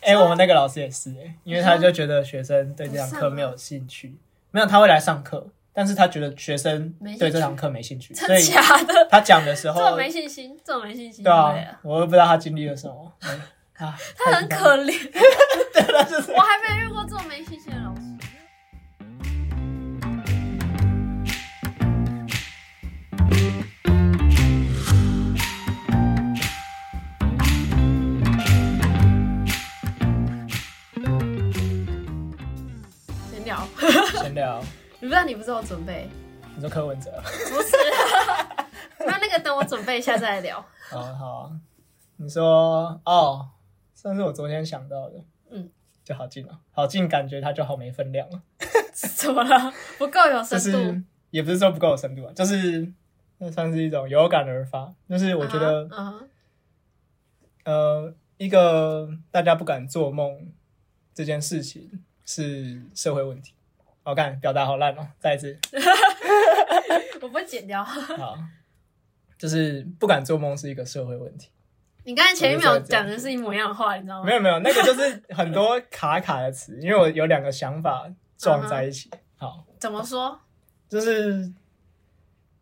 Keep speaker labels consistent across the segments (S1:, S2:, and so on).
S1: 哎、我们那个老师也是、哎，因为他就觉得学生对这堂课没有兴趣，没有他会来上课，但是他觉得学生
S2: 没兴趣
S1: 对这堂课没兴趣，
S2: 真
S1: 所以
S2: 假的？
S1: 他讲的时
S2: 这
S1: 候
S2: 么，没信心，这么没信心，
S1: 对啊
S2: 对啊，
S1: 我都不知道他经历了什么。哎啊，
S2: 他
S1: 太
S2: 很
S1: 紧张了
S2: 可怜。 我还没遇过这么没信心的老师。闲聊，
S1: 闲聊，
S2: 你不知道你不知道我准备，
S1: 你说柯文哲，
S2: 不是？ 那那个等我准备一下再来聊。
S1: 好啊好啊，你说哦，算是我昨天想到的，
S2: 嗯，
S1: 就好近了，哦好近，感觉他就好没分量了，
S2: 怎么了？ 不够有
S1: 就
S2: 深度嗯
S1: 是？也不是说不够有深度啊，就是那算是一种有感而发，就是我觉得、
S2: 嗯哼，
S1: 呃，一个大家不敢做梦这件事情是社会问题。好看，表达好烂哦，再一次，
S2: 嗯哼我不会剪掉。
S1: 好，就是不敢做梦是一个社会问题。
S2: 你刚才前一秒讲的是一模一样的话，你知道吗
S1: 没？有没有，那个就是很多卡卡的词，因为我有两个想法撞在一起。好，
S2: 怎么说？
S1: 就是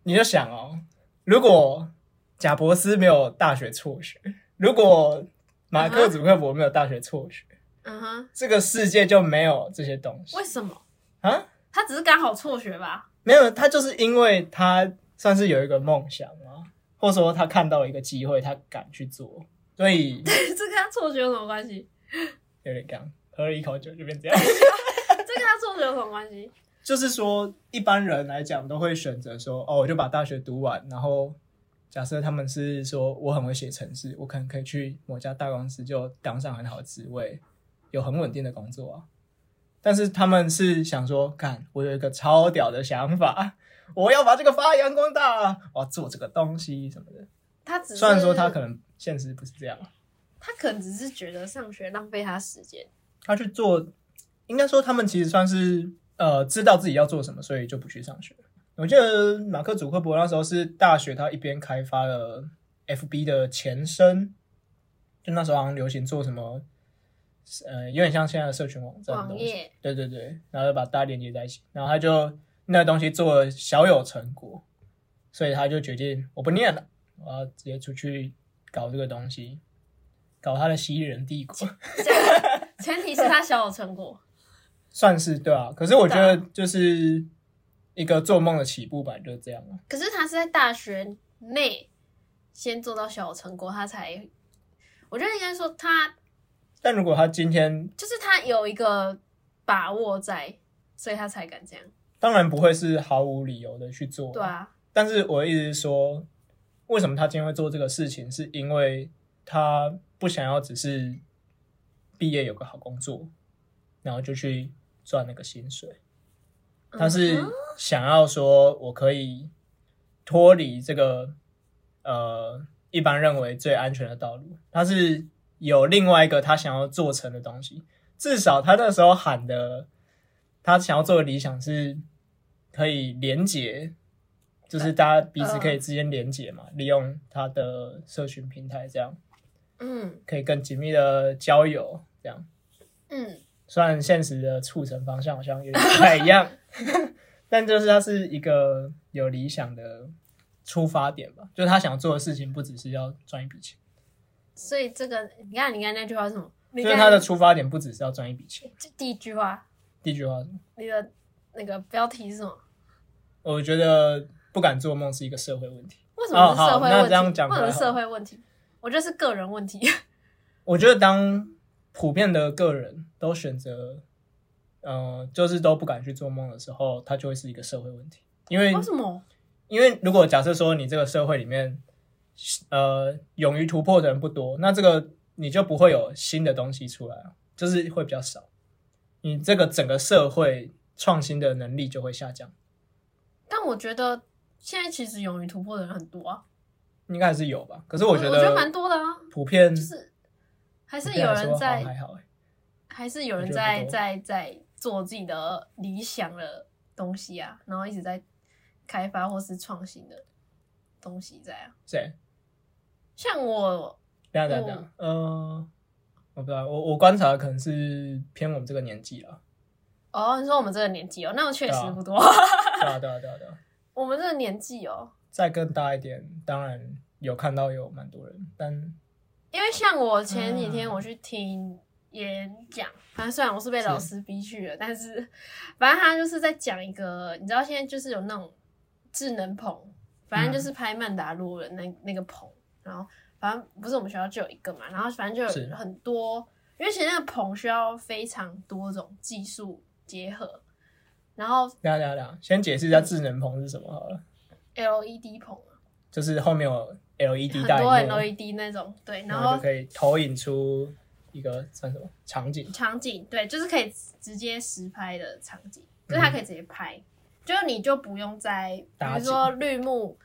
S1: 你就想哦，如果贾伯斯没有大学辍学，如果马克·祖克伯没有大学辍学，
S2: 嗯哼，
S1: 这个世界就没有这些东西
S2: 为什么？
S1: 啊。
S2: 他只是刚好辍学吧？
S1: 没有，他就是因为他算是有一个梦想嘛，或者说他看到一个机会，他敢去做，所以
S2: 这跟他辍学有什么关系？
S1: 有点刚喝了一口酒就变这样。
S2: 这跟他辍学有什么关系？
S1: 就是说，一般人来讲都会选择说，哦，我就把大学读完，然后假设他们是说我很会写程式，我可能可以去某家大公司就当上很好的职位，有很稳定的工作啊。但是他们是想说，看我有一个超屌的想法， 我要把这个发扬光大，啊我要做这个东西什么的。
S2: 他只是
S1: 虽然说
S2: 嗯
S1: 他可能现实不是这样，
S2: 他可能只是觉得上学浪费他时间。
S1: 他去做，应该说他们其实算是呃知道自己要做什么，所以就不去上学。我记得马克·祖克伯那时候是大学，他一边开发了 FB 的前身，就那时候好像流行做什么，呃，有点像现在的社群网站的
S2: 网
S1: 东西。
S2: 页
S1: 对对对，然后就把大家连接在一起，然后他就那东西做了小有成果，所以他就决定我不念了，我要直接出去搞这个东西，搞他的蜥蜴人帝国。
S2: 前提是他小有成果，
S1: 算是对啊，可是我觉得就是一个做梦的起步吧，就是这样啊。
S2: 可是他是在大学内先做到小有成果，他才，我觉得应该说他
S1: 但如果他今天
S2: 就是他有一个把握在，所以他才敢这样。
S1: 当然不会是毫无理由的去做，
S2: 对。啊，
S1: 但是我的意思是说，为什么他今天会做这个事情，是因为他不想要只是毕业有个好工作，然后就去赚那个薪水，他是
S2: 嗯哼
S1: 想要说我可以脱离这个呃一般认为最安全的道路，他是有另外一个他想要做成的东西。至少他那时候喊的，他想要做的理想是可以连结，就是大家彼此可以之间连结嘛，利用他的社群平台，这样
S2: 嗯
S1: 可以更紧密的交友，这样。
S2: 嗯，
S1: 虽然现实的促成方向好像有点不太一样，但就是他是一个有理想的出发点吧，就是他想做的事情不只是要赚一笔钱，
S2: 所以这个你看，你看那句话是什么？你
S1: 就是
S2: 看
S1: 他的出发点不只是要赚一笔钱。
S2: 这第一句话，
S1: 第一句话是什么，
S2: 你的那个标题是什么？
S1: 我觉得不敢做梦是一个社会问题。
S2: 为什么
S1: 哦
S2: 是社
S1: 好
S2: 会问题？
S1: 那这样讲
S2: 为什么
S1: 比
S2: 是
S1: 较好
S2: 社会问题？我觉得是个人问题。
S1: 我觉得当普遍的个人都选择，呃，就是都不敢去做梦的时候，它就会是一个社会问题。因为
S2: 为什么？
S1: 因为如果假设说你这个社会里面，呃，勇于突破的人不多，那这个你就不会有新的东西出来啊，就是会比较少。你这个整个社会创新的能力就会下降，
S2: 但我觉得现在其实勇于突破的人很多啊，
S1: 应该还是有吧。可是
S2: 我
S1: 我觉
S2: 我觉得蛮
S1: 得
S2: 多的啊，
S1: 普遍
S2: 就是还
S1: 普
S2: 是
S1: 遍
S2: 有
S1: 来说
S2: 人
S1: 好像
S2: 在，
S1: 还好欸、
S2: 还是有人
S1: 我觉得
S2: 在
S1: 不多
S2: 在在做自己的理想的东西啊，然后一直在开发或是创新的东西在啊。
S1: 谁？
S2: 像我
S1: 等一下等一下等一下，呃，我不知道，我我观察的可能是偏我们这个年纪啦，
S2: 哦，你说我们这个年纪哦，那确
S1: 对
S2: 实
S1: 啊
S2: 不多。
S1: 对啊对啊对啊对啊，
S2: 我们这个年纪哦，
S1: 再更大一点，当然有看到有蛮多人，但
S2: 因为像我前几天我去听演讲，反正虽然我是被老师逼去的，但是 反正他就是在讲一个，你知道现在就是有那种智能棚，反正就是拍曼达洛人那那个棚，然后反正不是我们学校就有一个嘛，然后反正就是有很多，因为其实那个棚需要非常多种技术结合，然后
S1: 等一下等一下等一下，啊先解释一下智能棚是什么好了，
S2: LED E 棚
S1: 就是后面有 E LED
S2: 很
S1: 大
S2: 多
S1: 荧幕，
S2: LED 那种，对，然
S1: 然后
S2: 后
S1: 就可以投影出一个算什么场景，
S2: 场景，对，就是可以直接实拍的场景，就是它可以直接拍，就是你就不用再，比
S1: 嗯搭景
S2: 如说绿幕，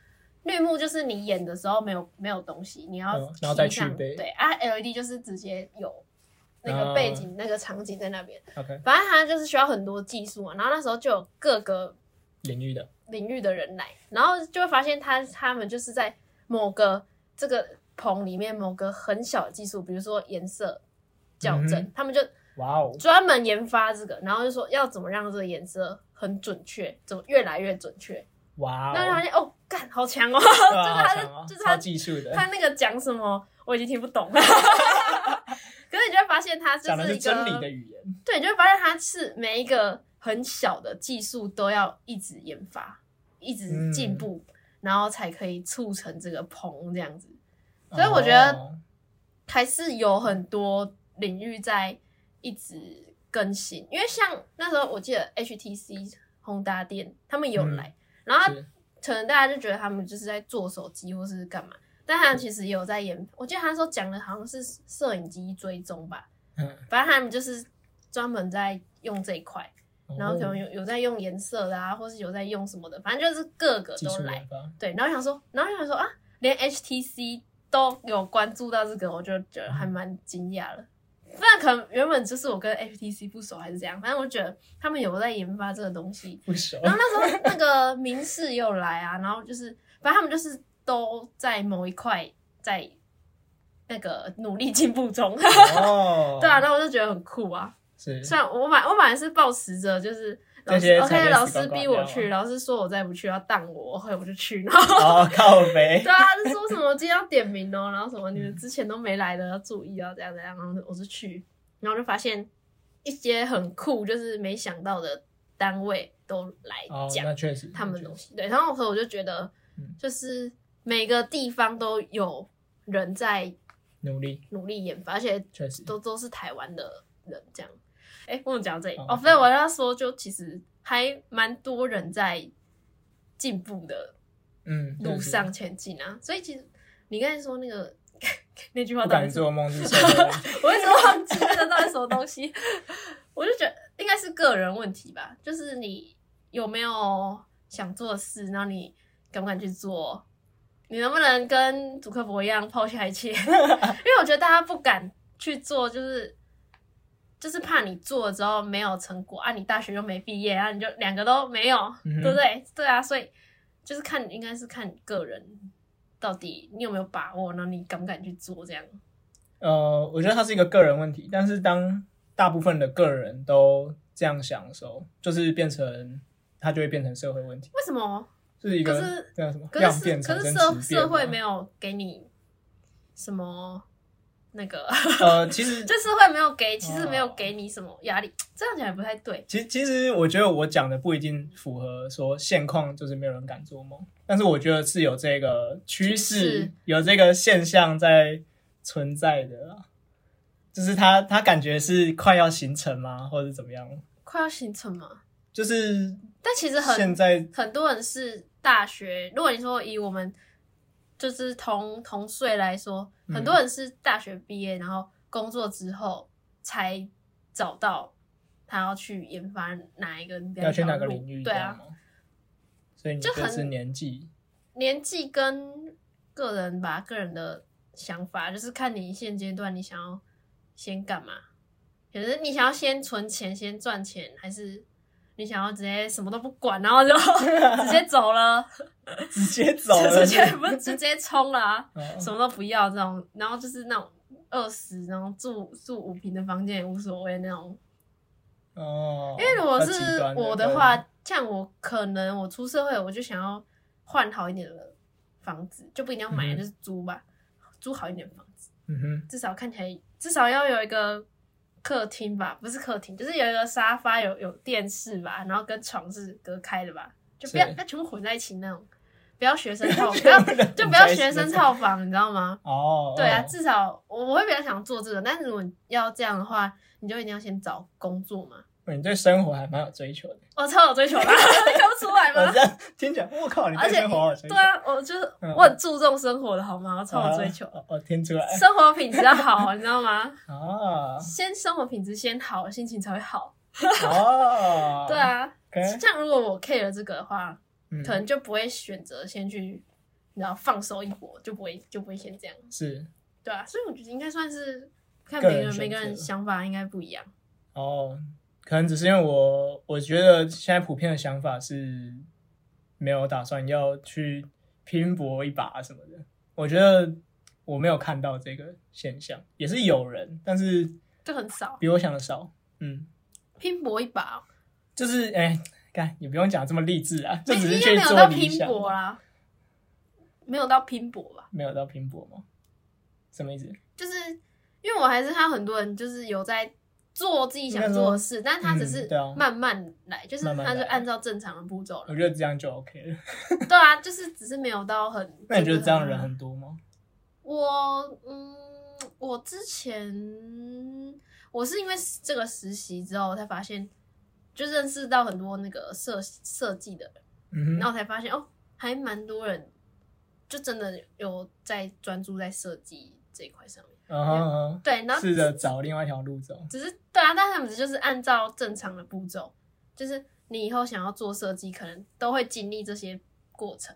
S2: 绿幕就是你演的时候没有没有东西，你要
S1: 嗯然后再
S2: 提上
S1: 去背啊
S2: 对啊，LED 就是直接有那个背景、那个场景在那边，
S1: ，OK，
S2: 反正它就是需要很多技术嘛，然后那时候就有各个
S1: 领域的，
S2: 领域的人来，然后就会发现他他们就是在某个这个棚里面某个很小的技术，比如说颜色校正，
S1: 嗯
S2: 他们就
S1: 哇哦，
S2: 专门研发这个，然后就说要怎么让这个颜色很准确，怎么越来越准确。
S1: 哇
S2: 那就发
S1: 哦，
S2: 现哦，干好强哦！
S1: 对
S2: 就是
S1: 啊
S2: 他
S1: 好
S2: 的
S1: 强哦
S2: 就是他
S1: 超技术的，
S2: 他那个讲什么，我已经听不 懂了。可是你就会发现，它就
S1: 讲的
S2: 是一
S1: 是
S2: 个
S1: 真理的语言，
S2: 对，你就会发现它是每一个很小的技术都要一直研发，一直进步，
S1: 嗯
S2: 然后才可以促成这个棚这样子。所以我觉得
S1: 哦
S2: 还是有很多领域在一直更新，因为像那时候我记得 HTC 宏达店他们有来，然后
S1: 是
S2: 可能大家就觉得他们就是在做手机或是干嘛，但他们其实也有在研，我记得他那时候讲的好像是摄影机追踪吧，
S1: 嗯
S2: 反正他们就是专门在用这一块，然后可能
S1: 哦
S2: 有有在用颜色的啊，或是有在用什么的，反正就是各个
S1: 技
S2: 都
S1: 术
S2: 来
S1: 研。发，
S2: 对，然后想说，然后想说啊，连 HTC 都有关注到这个，我就觉得
S1: 嗯
S2: 还蛮惊讶了。不然可能原本就是我跟 HTC 不熟还是怎样，反正我觉得他们有在研发这个东西。
S1: 不 熟，
S2: 然后那时候那个明视也有来啊，然后就是反正他们就是都在某一块在那个努力进步中。
S1: 哦，
S2: 对啊，，然后我就觉得很酷啊。
S1: 是
S2: 虽然我本来我本来是抱持着就是老
S1: 这
S2: 师
S1: 些才
S2: ，OK，
S1: 是
S2: 老
S1: 死
S2: 师
S1: 光光
S2: 逼
S1: 料
S2: 我
S1: 啊
S2: 去，老师说我再不去要当我，后来我就去，然后
S1: 哦，靠北
S2: 对啊，他就说什么今天要点名哦，然后什么你们之前都没来的要注意啊，怎样怎样，然后我就去，然后就发现一些很酷，就是没想到的单位都来
S1: 哦，
S2: 啊讲
S1: 那确实，
S2: 他们的
S1: 那
S2: 东
S1: 确实
S2: 西，对，然后所以我就觉得
S1: 嗯，
S2: 就是每个地方都有人在
S1: 努力，
S2: 努力研发，而且
S1: 确实，
S2: 都都是台湾的人这样。哎、我怎么讲到这里？
S1: 哦
S2: 哦，所以我要说，就其实还蛮多人在进步的
S1: 嗯，
S2: 路
S1: 确实
S2: 上前进啊。所以其实你刚才说那个 那句话
S1: 不
S2: 到底
S1: 敢
S2: 是什么，
S1: 做梦是谁的？
S2: 我一直忘记那到底是什么东西。 我就觉得应该是个人问题吧，就是你有没有想做的事，然后你敢不敢去做，你能不能跟主克伯一样抛下一 切？因为我觉得大家不敢去做，就是。就是怕你做了之后没有成果啊，你大学又没毕业啊，你就两个都没有，
S1: 嗯哼
S2: 对不对？对啊，所以就是看，应该是看你个人到底你有没有把握，然后你敢不敢去做这样。
S1: 呃，我觉得它是一个个人问题，但是当大部分的个人都这样想的时候，就是变成它就会变成社会问题，
S2: 为什么？
S1: 是一个
S2: 可是
S1: 叫什么
S2: 可
S1: 量
S2: 是
S1: 变
S2: 是可
S1: 产
S2: 是
S1: 生
S2: 社
S1: 质变
S2: 社会
S1: 嘛
S2: 没有给你什么那个，
S1: 呃，其实
S2: 就社会没有给，其实没有给你什么压力。这样讲也不太对。
S1: 其实，其实我觉得我讲的不一定符合说现况，就是没有人敢做梦。但是我觉得是有这个趋
S2: 趋
S1: 势
S2: 势，
S1: 有这个现象在存在的啦。就是它，它感觉是快要形成吗，或者怎么样？
S2: 快要形成嘛，
S1: 就是
S2: 但其实
S1: 现
S2: 很
S1: 在，
S2: 很多人是大学，如果你说以我们就是同同岁来说，
S1: 嗯
S2: 很多人是大学毕业，然后工作之后才找到他要去研发哪一个比较
S1: 要去
S2: 小
S1: 哪个
S2: 路
S1: 领域？
S2: 对
S1: 这样
S2: 啊，
S1: 吗？所以你
S2: 就很
S1: 是年 纪，
S2: 年纪跟个人吧，个人的想法就是看你现阶段你想要先干嘛，可是你想要先存钱、先赚钱，还是你想要直接什么都不管，然后就 直接走了，
S1: 直接走了，
S2: 直接不是直接冲了啊，
S1: 哦
S2: 什么都不要这种，然后就是那种饿死，然后住住五平的房间也无所谓那种。
S1: 哦，
S2: 因为如果
S1: 那极
S2: 是
S1: 端
S2: 我
S1: 的
S2: 的话，像我可能我出社会，我就想要换好一点的房子，就不一定要买，
S1: 嗯哼
S2: 就是租吧，租好一点的房子，
S1: 对嗯哼，
S2: 至少看起来至少要有一个客厅吧，不是客厅，就是有一个沙发，有有电视吧，然后跟床是隔开的吧，就不要
S1: 是
S2: 不要全部混在一起那种，不要学生套，不要 就不要学生
S1: 套。
S2: 套房，你知道吗？
S1: 哦，
S2: 对啊，
S1: 哦
S2: 至少我我会比较想做这个，但是如果你要这样的话，你就一定要先找工作嘛。
S1: 哦你对生活还蛮有追 求的。
S2: 我哦超有追求的，啊看不出来
S1: 我
S2: 吗
S1: 这？样听起来，我靠，你
S2: 而
S1: 对
S2: 且
S1: 生活好有追求。
S2: 对啊，我就是
S1: 嗯
S2: 我很注重生活的好吗？我超有追求，
S1: 啊我我听 出来
S2: 生活品质要好，你知道吗？
S1: 啊，
S2: 先生活品质先好，心情才会好。
S1: 哦，
S2: 对啊，
S1: OK，
S2: 像如果我 care 这个的话，
S1: 嗯
S2: 可能就不会选择先去，你知道放手一搏，就不会就不会先这样。
S1: 是
S2: 对啊，所以我觉得应该算是看
S1: 个
S2: 每个
S1: 人
S2: 人
S1: 选
S2: 每个人
S1: 择
S2: 想法应该不一样。
S1: 哦，可能只是因为我我觉得现在普遍的想法是没有打算要去拼搏一把什么的。我觉得我没有看到这个现象，也是有人，但是
S2: 就很少
S1: 比我想的少。嗯，
S2: 拼搏一把哦，
S1: 就是哎，看、你不用讲这么励志啊，就
S2: 没
S1: 只是
S2: 应
S1: 去
S2: 该没有
S1: 做
S2: 到
S1: 理
S2: 拼
S1: 想，
S2: 搏啊啦，没有到拼搏吧，
S1: 没有到拼搏吗？什么意思？
S2: 就是因为我还是看到很多人就是有在做自己想做的事，但他只
S1: 嗯
S2: 是
S1: 对啊
S2: 慢慢来，就是
S1: 慢慢来嗯
S2: 他就按照正常的步骤了。
S1: 我觉得这样就 OK 了。
S2: 对啊，就是只是没有到很。
S1: 那你觉得这样的人很多吗？
S2: 我嗯，我之前我是因为这个实习之后才发现，就认识到很多那个设设计的人。
S1: 嗯
S2: 然
S1: 哼，
S2: 后才发现哦，还蛮多人就真的有在专注在设计这一块上面。
S1: 嗯哼嗯
S2: 对，然
S1: 哼，
S2: 后
S1: 试着找另外一条路走。
S2: 只是对啊，但是他们就是按照正常的步骤，就是你以后想要做设计，可能都会经历这些过程。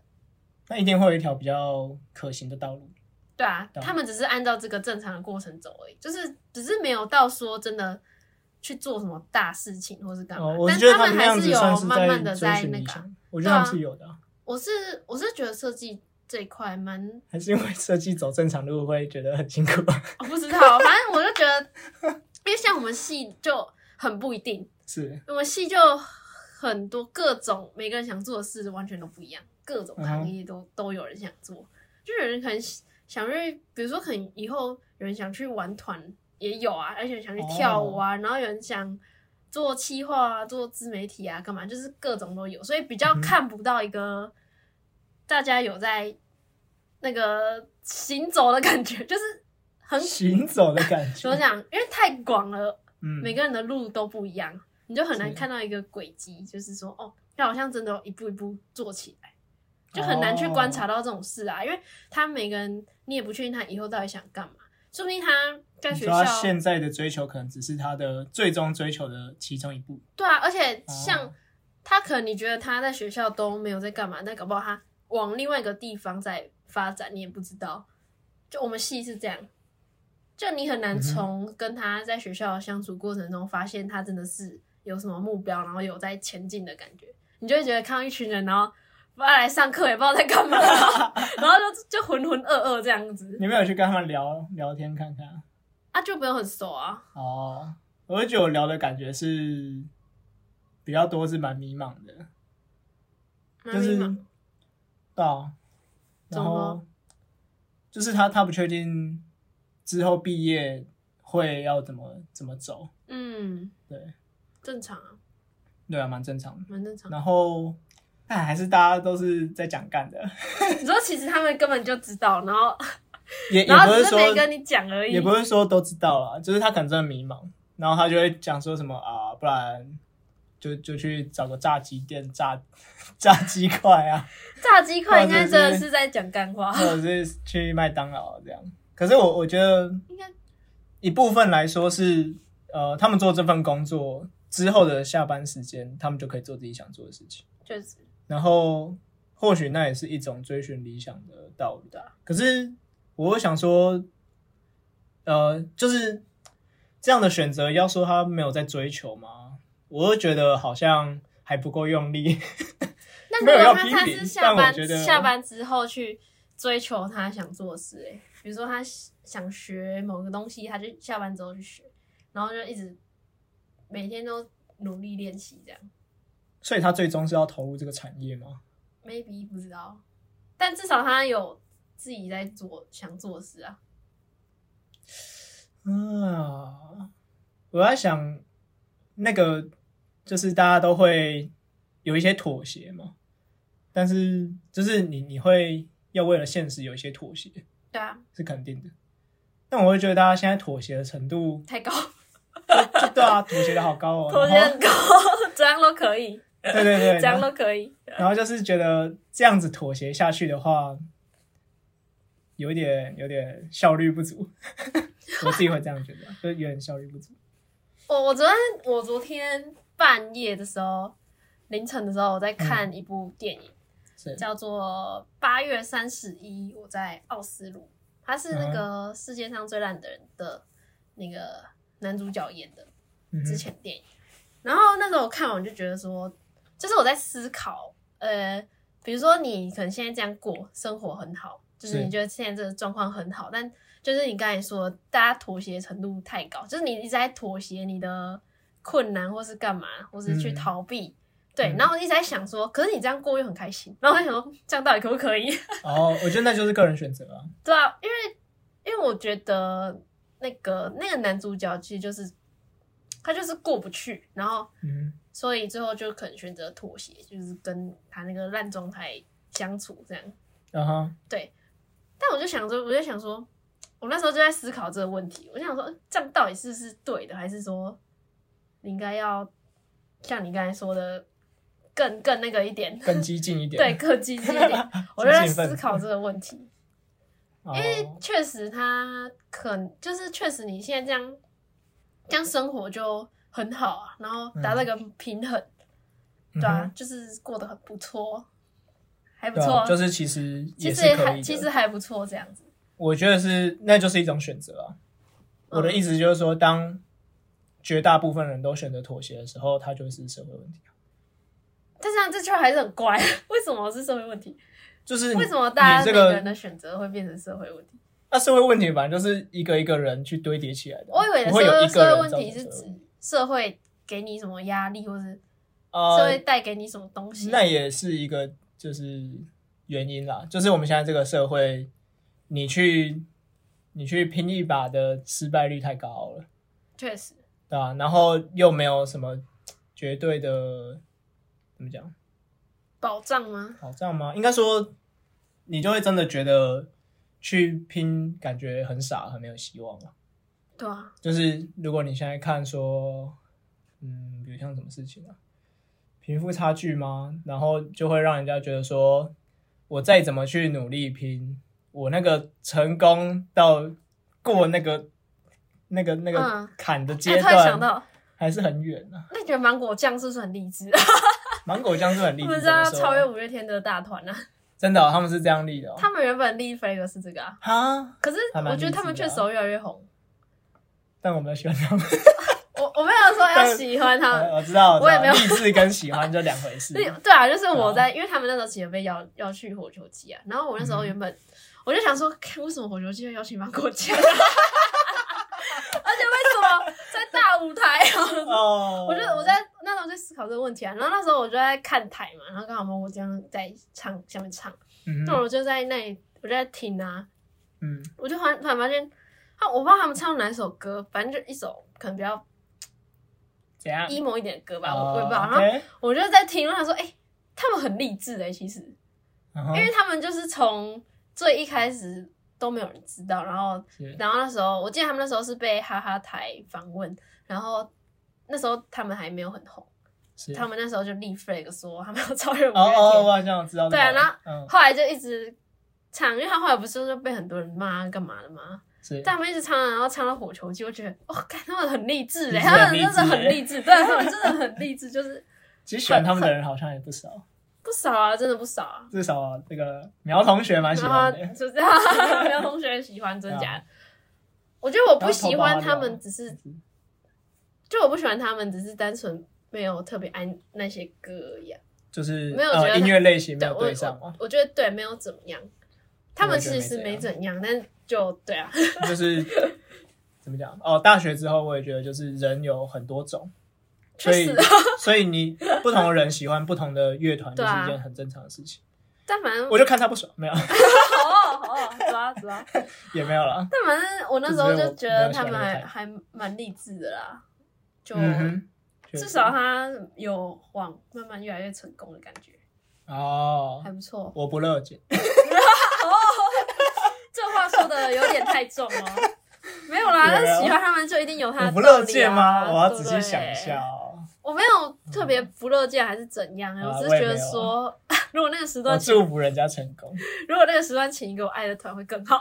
S1: 那一定会有一条比较可行的道路。
S2: 对啊，
S1: 懂
S2: 他们只是按照这个正常的过程走而已，就是只是没有到说真的去做什么大事情或是干嘛。
S1: 哦，我
S2: 但
S1: 觉得
S2: 他
S1: 们那
S2: 还
S1: 样
S2: 是
S1: 子
S2: 有
S1: 算是
S2: 慢慢的
S1: 追
S2: 在
S1: 寻
S2: 那
S1: 理
S2: 个啊、
S1: 想，我觉得他们
S2: 对啊
S1: 是有的啊，
S2: 我是我是觉得设计这一块蛮
S1: 还是因为设计走正常路会觉得很辛苦，
S2: 我哦不知道，反正我就觉得，因为像我们系就很不一定，
S1: 是
S2: 我们系就很多各种每个人想做的事完全都不一样，各
S1: 嗯
S2: 种行业都、都有人想做，就有人可能想去，比如说可能以后有人想去玩团也有啊，而且想去
S1: 哦
S2: 跳舞啊，然后有人想做企划啊，做自媒体啊，干嘛，就是各种都有，所以比较
S1: 嗯哼
S2: 看不到一个大家有在那个行走的感觉，就是很
S1: 行走的感
S2: 怎
S1: 觉。
S2: 么讲，因为太广了。
S1: 嗯，
S2: 每个人的路都不一样，你就很难
S1: 是
S2: 看到一个轨迹，就是说，哦，他好像真的一步一步做起来，就很难去观察到这种事
S1: 哦
S2: 啊，因为他每个人你也不确定他以后到底想干嘛，说不定他在
S1: 你
S2: 学
S1: 说他
S2: 校，
S1: 现在的追求可能只是他的最终追求的其中一步。
S2: 对啊，而且像、
S1: 哦
S2: 他可能你觉得他在学校都没有在干嘛，但搞不好他往另外一个地方在发展，你也不知道。就我们系是这样，就你
S1: 嗯
S2: 很难从跟他在学校的相处过程中发现他真的是有什么目标，然后有在前进的感觉。你就会觉得看到一群人，然后不知道来上课，也不知道在干嘛， 然后然后就就浑浑噩噩这样子，
S1: 你有没有去跟他们聊聊天看看啊？
S2: 啊，就没有很熟啊。
S1: 哦，我觉得我聊的感觉是比较多，是蛮迷茫的，
S2: 蛮
S1: 就
S2: 迷
S1: 是
S2: 茫
S1: 对啊，然
S2: 怎么
S1: 后
S2: 了
S1: 就是他他不确定之后毕业会要怎么怎么走，
S2: 嗯，
S1: 对
S2: 正常啊，
S1: 对啊，蛮正常的。
S2: 蛮正常。
S1: 然后但还是大家都是在讲干 的，
S2: 你说其实他们根本就知道，然后
S1: 也也
S2: 然
S1: 不
S2: 后
S1: 是
S2: 只是
S1: 说
S2: 没跟你讲而已。
S1: 也不是说都知道啦，就是他可能真的迷茫，然后他就会讲说什么啊，不然就就去找个炸鸡店炸 炸鸡块啊。
S2: 炸鸡块应该真的是在讲干话，
S1: 或者是去麦当劳这样。可是我我觉得
S2: 应该
S1: 一部分来说是，呃，他们做这份工作之后的下班时间，他们就可以做自己想做的事情。
S2: 确实
S1: 然后或许那也是一种追寻理想的道理
S2: 对啊。
S1: 可是我又想说，呃，就是这样的选择，要说他没有在追求吗？我又觉得好像还不够用力。
S2: 那
S1: 没有
S2: 如
S1: 要
S2: 果
S1: 批
S2: 他
S1: 评
S2: 他是下
S1: 但我
S2: 班
S1: 觉得
S2: 下班之后去追求他想做的事、欸，比如说他想学某个东西，他就下班之后去学，然后就一直每天都努力练习这样。
S1: 所以他最终是要投入这个产业吗？
S2: maybe 不知道，但至少他有自己在做想做的事啊。
S1: 啊，我在想，那个就是大家都会有一些妥协嘛，但是就是你你会要为了现实有一些妥协
S2: 对啊，
S1: 是肯定的，但我会觉得大家现在妥协的程度，
S2: 太高，
S1: 就对啊，妥协的好高哦，
S2: 妥协
S1: 然后
S2: 很高， 怎样都可以，
S1: 对对对，
S2: 怎样
S1: 然后
S2: 都可以。
S1: 然后就是觉得这样子妥协下去的话，有一点有点效率不足， 我自己会这样觉得，就有点效率不足。
S2: 哦我我昨天我昨天半夜的时候，凌晨的时候，我在看一部电影，
S1: 是
S2: 叫做《八月三十一》，我在奥斯陆，他是那个世界上最烂的人的那个男主角演的。
S1: 嗯哼
S2: 之前电影。然后那时候我看完我就觉得说，就是我在思考，呃，比如说你可能现在这样过，生活很好，就是
S1: 是
S2: 你觉得现在这个状况很好，但就是你刚才说，大家妥协程度太高，就是你一直在妥协你的困难，或是干嘛，或是去
S1: 嗯
S2: 逃避。对，
S1: 嗯
S2: 然后我一直在想说，可是你这样过又很开心，然后我在想说，这样到底可不可以？
S1: 哦，我觉得那就是个人选择啊。
S2: 对啊，因为因为我觉得那个那个男主角其实就是他就是过不去，然后
S1: 嗯，
S2: 所以最后就可能选择妥协，就是跟他那个烂状态相处这样。
S1: 然后
S2: 但我就想说，我就想说，我那时候就在思考这个问题，我就想说，呃这样到底是不是对的，还是说你应该要像你刚才说的更更那个一点，
S1: 更激进一点。
S2: 对，更积极一 点。我就在思考这个问题，
S1: 哦，
S2: 因为确实他可就是确实你现在这样这样生活就很好啊，然后达到一个平衡。
S1: 嗯哼
S2: 对啊，，就是过得很不错，还不
S1: 对
S2: 错，
S1: 啊，就是其实
S2: 其
S1: 也
S2: 实
S1: 是
S2: 也
S1: 可以
S2: 还
S1: 的
S2: 其实还不错这样子。
S1: 我觉得是，那就是一种选择啊。我的
S2: 嗯
S1: 意思就是说，当绝大部分人都选择妥协的时候，它就是社会问题。啊
S2: 但是啊这圈还是很乖， 为什么是社会问题？
S1: 就是
S2: 为什么大
S1: 你
S2: 家每
S1: 这
S2: 个人
S1: 个
S2: 的选择会变成社会问题？
S1: 那社会问题，反正就是一个一个人去堆叠起来的。
S2: 我以为的
S1: 不
S2: 社
S1: 会有
S2: 会
S1: 一个
S2: 社
S1: 人
S2: 会问
S1: 造
S2: 题
S1: 成
S2: 是
S1: 社会
S2: 指社会给你什么压力，或是社会
S1: 呃，
S2: 带给你什么东西？
S1: 那也是一个就是原因啦，就是我们现在这个社会，你去你去拼一把的失败率太高了。
S2: 确实，
S1: 对啊，然后又没有什么绝对的怎么讲
S2: 保障吗？
S1: 保障吗？应该说，你就会真的觉得去拼，感觉很傻，很没有希望啊。
S2: 对啊，
S1: 就是如果你现在看说，嗯，比如像什么事情啊，贫富差距吗？然后就会让人家觉得说，我再怎么去努力拼，我那个成功到过那个那个那
S2: 嗯
S1: 个坎的
S2: 哎
S1: 阶
S2: 突然想
S1: 段，
S2: 到，
S1: 还是很远啊。
S2: 那你觉得芒果酱是不是很 励志？
S1: 芒果酱是很励
S2: 他
S1: 志的
S2: 们知道要
S1: 怎么说
S2: 超越五月天的大团啊，
S1: 真的哦、他们是这样立的、哦。
S2: 他们原本立 flag 是这个啊，
S1: 哈，
S2: 可是
S1: 还蛮
S2: 我觉得
S1: 励
S2: 他们
S1: 志
S2: 确
S1: 的啊
S2: 实有越来越红。
S1: 但我没有喜欢他们。
S2: 我我没有说要喜欢他 们，
S1: 我我知道，
S2: 啊我也没有
S1: 我知道励志跟喜欢就两回事。
S2: 对对啊，就是我在，因为他们那时候其实被邀邀去火球季啊，然后我那时
S1: 嗯
S2: 候原本、我就想说，看为什么火球季会邀请芒果 酱，而且为什么在大舞台啊？
S1: 哦，
S2: 我就我在那时候在思考这个问题啊，然后那时候我就在看台嘛，然后刚好芒果酱在唱下面唱，
S1: 嗯
S2: 那、
S1: 哼
S2: 我就在那里我就在听啊，
S1: 嗯
S2: 我就突然突然发现，他我不知道他们唱哪首歌，反正就一首可能比较
S1: 怎样？
S2: emo 一点的歌吧，我
S1: 哦
S2: 我也不知道，然后
S1: OK，
S2: 我就在听，我想说，哎、他们很励志哎、其实，
S1: 嗯哼
S2: 因为他们就是从最一开始都没有人知道，然后
S1: 是
S2: 然后那时候我记得他们那时候是被哈哈台访问，然后那时候他们还没有很红，
S1: 是
S2: 他们那时候就立 flag 说他们要超越五月
S1: 哦哦，
S2: 天，
S1: 我好像知道这个。
S2: 对啊然后
S1: 嗯
S2: 后来就一直唱，因为他后来不是就被很多人骂啊干嘛的吗？
S1: 是
S2: 但他们一直唱，啊然后唱到火球季，我觉得哦，看他们很励志
S1: 其
S2: 哎，
S1: 实很
S2: 他们真的很励
S1: 啊励欸
S2: 志，对，他们真的很励志，就是
S1: 其实喜欢他们的人好像也不少，
S2: 不少啊，真的不少啊。
S1: 至少这个苗同学蛮喜欢
S2: 然后
S1: 的。啊
S2: 就这样， 没有同学喜欢，真假的？我觉得我不喜欢他们，只是就我不喜欢他们，只是单纯没有特别爱那些歌而已啊、
S1: 就是
S2: 没有觉得
S1: 呃
S2: 他
S1: 音乐类型没
S2: 对
S1: 有
S2: 我
S1: 对上嘛
S2: 我，我觉得对没有怎么样。他
S1: 我
S2: 们
S1: 也觉得没
S2: 其实
S1: 怎
S2: 没
S1: 样
S2: 怎样，但就对啊，
S1: 就是怎么讲哦，大学之后我也觉得就是人有很多种，所
S2: 确
S1: 以
S2: 实，
S1: 所以你不同的人喜欢不同的乐团，就
S2: 对
S1: 是
S2: 啊
S1: 一件很正常的事情。
S2: 但反正
S1: 我就看他不爽，没有
S2: 哦哦，抓抓。
S1: 也没有 啦。
S2: 但反正我那时候就觉得他们还
S1: 就
S2: 还蛮励志的啦，就、
S1: 嗯哼，确
S2: 至
S1: 实
S2: 少他有往慢慢越来越成功的感觉，
S1: 哦
S2: 还，不错。
S1: 我不乐见。
S2: 这话说的有点太重了， 没有啦，
S1: 有啊
S2: 但是喜欢他们就一定有他
S1: 我
S2: 的
S1: 不乐
S2: 道理
S1: 见
S2: 啊
S1: 吗？我要
S2: 对
S1: 仔
S2: 不
S1: 细想
S2: 对
S1: 一下哦。
S2: 我没有特别不乐见还是怎样，
S1: 啊
S2: 我只
S1: 我
S2: 是
S1: 也
S2: 觉得
S1: 没有啊
S2: 说， 如果那个时
S1: 我
S2: 段请，
S1: 哦祝福人家成功。
S2: 如果那个时段请一个我爱的团会更好。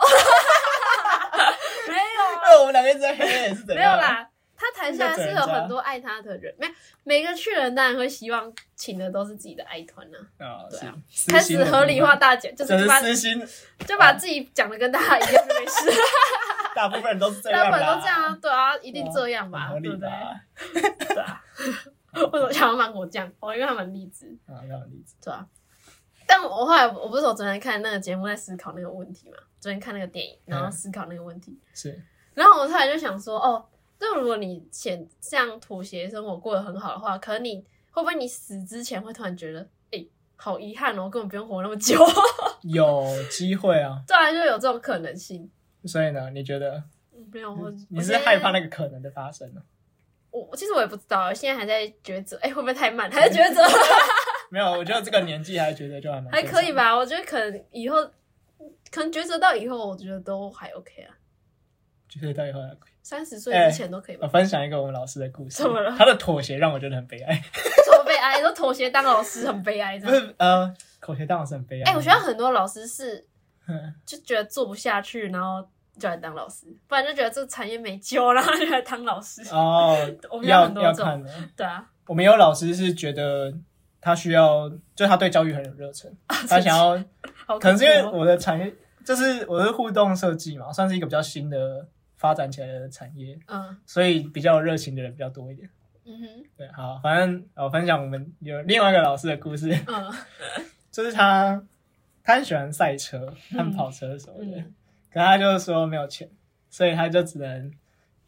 S2: 没有啊，
S1: 那我们两个一直在黑脸是怎
S2: 没有
S1: 样？，
S2: 啦。他台下是有很多爱他的人，没有每个去的人当然会希望请的都是自己的爱团呐、
S1: 啊，
S2: 对啊
S1: 是
S2: 开始合理化，大姐，就
S1: 私心的部
S2: 是把
S1: 分这是私啊心，
S2: 就把自己讲的跟大家一样就没 事，
S1: 大部分人都是这
S2: 大
S1: 样
S2: 部
S1: 啦，
S2: 分都这样啊，对啊，一定这样吧，
S1: 很合
S2: 对
S1: 理
S2: 不对？
S1: 吧？
S2: 对啊， 为什么想要芒果酱？哦，因为它蛮励志，
S1: 啊，那很理解。
S2: 对啊。但我后来我不是我昨天看那个节目在思考那个问题嘛，昨天看那个电影，然后
S1: 嗯
S2: 思考那个问题，
S1: 是，
S2: 然后我突然就想说，哦，那如果你显这样妥协生活过得很好的话，可能你会不会你死之前会突然觉得，哎、好遗憾哦，根本不用活那么久，
S1: 有机会啊。
S2: 对啊，就有这种可能性。
S1: 所以呢，你觉得
S2: 嗯没有，我
S1: 你 是害怕
S2: 那
S1: 那个可能的发生呢？
S2: 我其实我也不知道，现在还在抉择，哎、会不会太慢？还在抉择。
S1: 没有，我觉得这个年纪还觉得就还蛮
S2: 还可以？吧，我觉得可能以后，可能抉择到以后，我觉得都还 OK 啊，
S1: 觉得到以后还可以。
S2: 三十岁
S1: 哎
S2: 之前都可以吧。
S1: 我分享一个我们老师的故事，
S2: 怎么了嗯
S1: 他的妥协让我觉得很悲哀，
S2: 这么悲哀，都妥协当老师很悲哀，
S1: 不
S2: 真的。
S1: 是呃，妥协当然是很悲哀。
S2: 哎、我觉得很多老师是
S1: 嗯
S2: 就觉得做不下去，然后就来当老师，不然就觉得这个产业没救，然后就来当老师。
S1: 哦，
S2: 我们有
S1: 要
S2: 很多
S1: 要
S2: 这种，
S1: 看的。
S2: 对啊，
S1: 我们有老师是觉得他需要，就他对教育很有热 忱，他想要，
S2: 啊好
S1: 可能是因为
S2: 恐怖哦
S1: 我的产业就是我是互动设计嘛，算是一个比较新的发展起来的产业，
S2: 嗯
S1: 所以比较有热情的人比较多一点。
S2: 嗯哼
S1: 对，好，反正我分享我们有另外一个老师的故事，
S2: 嗯
S1: 就是他他很喜欢赛车和跑车什么的，
S2: 嗯
S1: 可他就说没有钱，所以他就只能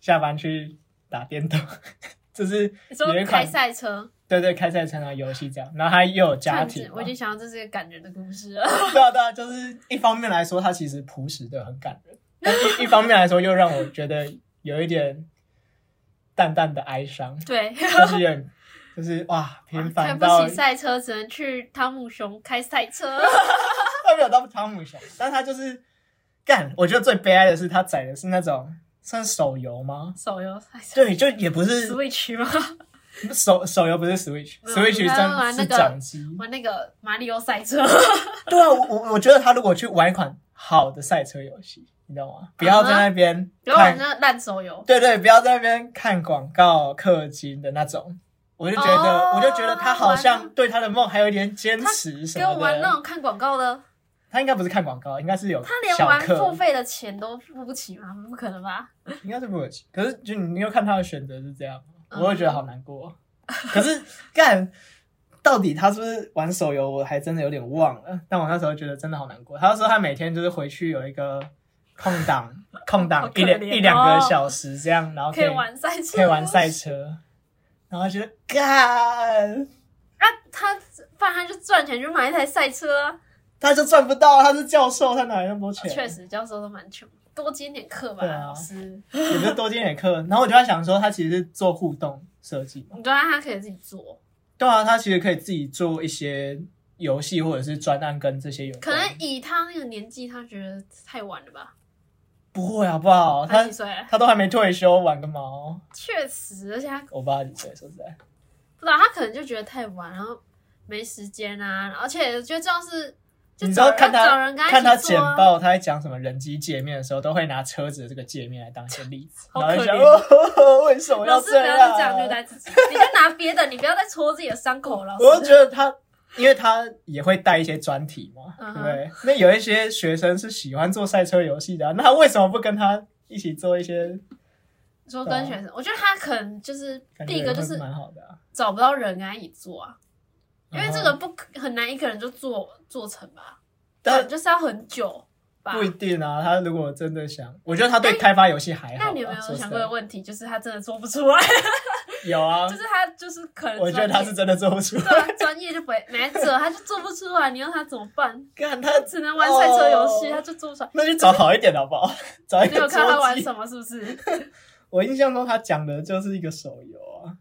S1: 下班去打电动， 就是
S2: 你说
S1: 有一
S2: 开
S1: 款
S2: 赛车，
S1: 对对，开赛车啊，游戏这样，然后他又有家庭
S2: 突然
S1: 嘛，
S2: 我已经想到这是一个感人的故事了。
S1: 对啊对啊，就是一方面来说，他其实朴实的很感人，但一一方面来说又让我觉得有一点淡淡的哀伤，
S2: 对，
S1: 就是有点就是哇，平
S2: 看
S1: 凡
S2: 不
S1: 到
S2: 起赛车，只能去汤姆熊开赛车。
S1: 他没有到汤姆熊，但他就是干，我觉得最悲哀的是他载的是那种算手游吗？
S2: 手游赛车
S1: 对，就也不是
S2: Switch 吗？
S1: 手手游不是 Switch，Switch
S2: 嗯他
S1: 真
S2: 玩
S1: 是
S2: 那个
S1: 掌机，
S2: 玩那个马里奥 赛车，
S1: 对啊，我我我觉得他如果去玩一款好的赛车游戏，你知道吗？不要在那边
S2: 啊不要玩
S1: 看，
S2: 那烂手游。
S1: 对对，不要在那边看广告氪金的那种。我就觉得，
S2: 哦
S1: 我就觉得他好
S2: 玩
S1: 像对他的梦还有一点坚持什
S2: 给我
S1: 么
S2: 玩那
S1: 的。
S2: 种看广告的，
S1: 他应该不是看广告，应该是有
S2: 他连
S1: 小
S2: 玩付
S1: 课，
S2: 费的钱都付不起吗？不可能吧？
S1: 应该是不客气。可是就你又看他的选择是这样，
S2: 嗯
S1: 我会觉得好难过。可是干，到底他是不是玩手游，我还真的有点忘了。但我那时候觉得真的好难过。他说他每天就是回去有一个空档，空
S2: 好
S1: 档
S2: 可
S1: 一两
S2: 怜
S1: 一两个
S2: 哦
S1: 小时这样，然后
S2: 可以玩赛车，
S1: 可以玩赛车，然后觉得干，
S2: 啊！他不然他就赚钱去买一台赛车啊。
S1: 他就赚不到，他是教授，他哪来那么多钱？
S2: 确，实，教授都蛮穷，多兼点课
S1: 啊
S2: 吧，
S1: 对啊
S2: 老师。
S1: 也不是多兼点课。然后我就在想说，他其实是做互动设计嘛，
S2: 你对啊，他可以自己做，
S1: 对啊，他其实可以自己做一些游戏或者是专案跟这些有关。
S2: 可能以他那个年纪，他觉得太晚了吧？
S1: 不会好不好？
S2: 他
S1: 他
S2: 几岁啊？
S1: 他都还没退休，玩个毛！
S2: 确实，而且他
S1: 我爸几岁？说实在，
S2: 不知道，他可能就觉得太晚，然后没时间啊，而且我觉得这样是
S1: 你
S2: 就
S1: 知
S2: 找
S1: 道
S2: 人
S1: 看
S2: 找
S1: 他
S2: 人跟
S1: 看他
S2: 一起
S1: 简
S2: 做啊。
S1: 报，他在讲什么人机界面的时候，都会拿车子的这个界面来当一些例子，
S2: 好
S1: 然后就想
S2: 可怜
S1: 哦，为什么
S2: 老
S1: 要
S2: 师
S1: 这
S2: 不要
S1: 样？啊
S2: 再这样对待自己，你就拿别的，你不要再戳自己的伤口了。
S1: 我
S2: 老
S1: 就
S2: 师，
S1: 觉得他，因为他也会带一些专题嘛，对
S2: 嗯
S1: 不
S2: 哼
S1: 对？那有一些学生是喜欢做赛车游戏的啊、那他为什么不跟他一起做一些？
S2: 你说跟学生，我觉得他可能就是
S1: 感觉
S2: 第一个就是
S1: 也会蛮好的、啊，
S2: 找不到人跟他一起做啊，因为
S1: 然后
S2: 这个不可很难一个人就做做成吧，
S1: 嗯但
S2: 就是要很久。吧哎
S1: 不？一定啊。他如果真的想，我觉得他对开发游戏还好吧。啊
S2: 那你有没有
S1: 说实
S2: 想
S1: 在
S2: 过的问题，就是他真的做不出来，
S1: 有啊
S2: 就，是他就是可能
S1: 我觉得他是真
S2: 专业
S1: 的做不出来。
S2: 对啊，专业就不会没辙，他就做不出来，你让他怎么办？
S1: 看他
S2: 只能玩赛车游戏，
S1: 哦
S2: 他就做不出来。
S1: 那就找好一点好不好？ 找一
S2: 你
S1: 个
S2: 有看他
S1: 桌
S2: 玩
S1: 机。
S2: 什么？是不 是？
S1: 我印象中他讲的就是一个手游啊，